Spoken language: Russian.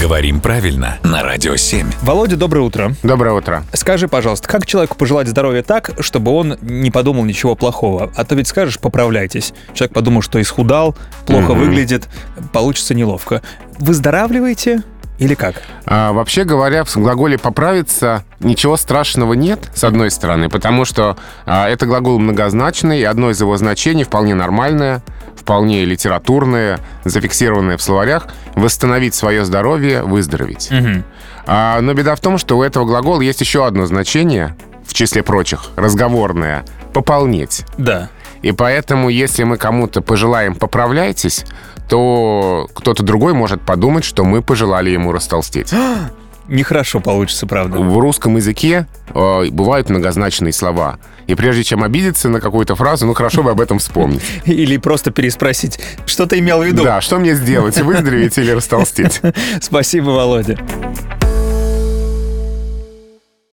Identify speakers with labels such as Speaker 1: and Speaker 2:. Speaker 1: Говорим правильно на Радио 7.
Speaker 2: Володя, доброе утро.
Speaker 3: Доброе утро.
Speaker 2: Скажи, пожалуйста, как человеку пожелать здоровья так, чтобы он не подумал ничего плохого? А то ведь скажешь, поправляйтесь. Человек подумал, что исхудал, плохо выглядит, получится неловко. Выздоравливаете или как?
Speaker 3: А, вообще говоря, в глаголе «поправиться» ничего страшного нет, с одной стороны, потому что а, это глагол многозначный, и одно из его значений вполне нормальное, вполне литературное, зафиксированное в словарях «восстановить свое здоровье», «выздороветь». А, но беда в том, что у этого глагола есть еще одно значение, в числе прочих, разговорное — «пополнеть».
Speaker 2: Да.
Speaker 3: И поэтому, если мы кому-то пожелаем «поправляйтесь», то кто-то другой может подумать, что мы пожелали ему растолстеть.
Speaker 2: Нехорошо получится, правда.
Speaker 3: В русском языке э, бывают многозначные слова. И прежде чем обидеться на какую-то фразу, ну хорошо бы об этом вспомнить.
Speaker 2: Или просто переспросить, что ты имел в виду?
Speaker 3: Да, что мне сделать? Выздороветь или растолстеть?
Speaker 2: Спасибо, Володя.